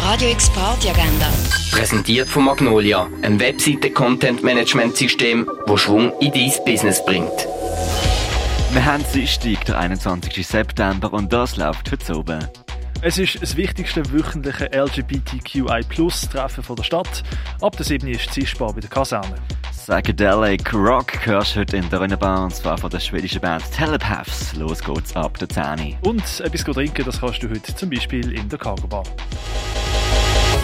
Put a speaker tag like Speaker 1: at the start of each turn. Speaker 1: Radio X Party Agenda.
Speaker 2: Präsentiert von Magnolia, ein Webseite-Content-Management-System, wo Schwung in dein Business bringt.
Speaker 3: Wir haben Dienstag, der 21. September und das läuft heute oben.
Speaker 4: Es ist das wichtigste wöchentliche LGBTQI-Plus-Treffen von der Stadt. Ab der 7. ist die Zischbar bei der Kaserne.
Speaker 3: Psychedelic Rock hörst du heute in der Rennbahn, und zwar von der schwedischen Band Telepaths. Los geht's ab der 10.
Speaker 4: Und etwas trinken, das kannst du heute zum Beispiel in der Cargo Bar.